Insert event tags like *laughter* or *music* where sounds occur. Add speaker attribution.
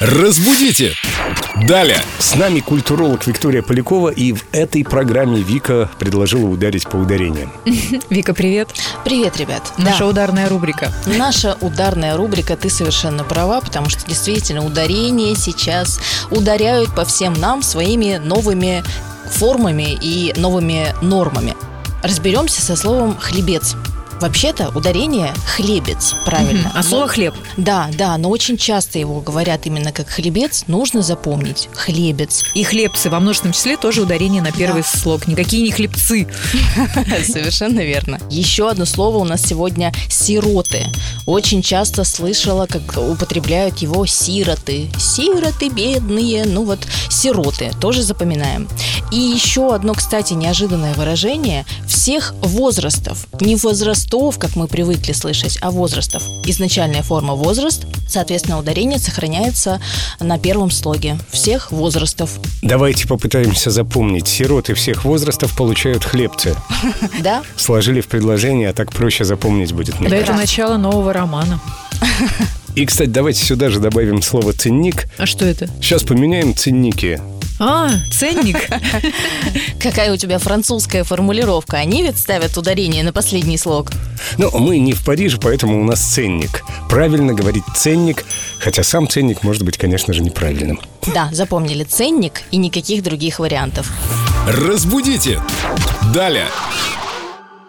Speaker 1: Разбудите! Далее!
Speaker 2: С нами культуролог Виктория Полякова, и в этой программе Вика предложила ударить по ударениям.
Speaker 3: Вика, привет.
Speaker 4: Привет, ребят.
Speaker 3: Наша ударная рубрика.
Speaker 4: Наша ударная рубрика «Ты совершенно права», потому что действительно ударения сейчас ударяют по всем нам своими новыми формами и новыми нормами. Разберемся со словом «хлебец». Вообще-то ударение «хлебец», правильно.
Speaker 3: А слово
Speaker 4: Но-
Speaker 3: хлеб.
Speaker 4: Да, да, но очень часто его говорят именно как «хлебец». Нужно запомнить «хлебец».
Speaker 3: И хлебцы во множественном числе тоже ударение на первый
Speaker 4: Да.
Speaker 3: слог. Никакие не хлебцы.
Speaker 4: *laughs* Совершенно верно. Еще одно слово у нас сегодня «сироты». Очень часто слышала, как употребляют его «сироты». «Сироты бедные», ну вот «сироты» тоже запоминаем. И еще одно, кстати, неожиданное выражение «всех возрастов». Не возрастов, как мы привыкли слышать, а возрастов. Изначальная форма «возраст», соответственно, ударение сохраняется на первом слоге. «Всех возрастов».
Speaker 2: Давайте попытаемся запомнить. Сироты всех возрастов получают хлебцы.
Speaker 4: Да?
Speaker 2: Сложили в предложение, а так проще запомнить будет. мне
Speaker 3: Да, это
Speaker 2: кажется.
Speaker 3: начало нового романа.
Speaker 2: И, кстати, давайте сюда же добавим слово «ценник».
Speaker 3: А что это?
Speaker 2: Сейчас поменяем ценники.
Speaker 3: А, ценник.
Speaker 4: Какая у тебя французская формулировка? Они ведь ставят ударение на последний слог.
Speaker 2: Но мы не в Париже, поэтому у нас ценник. Правильно говорить «ценник», хотя сам ценник может быть, конечно же, неправильным.
Speaker 4: Да, запомнили ценник и никаких других вариантов.
Speaker 1: Разбудите! Далее!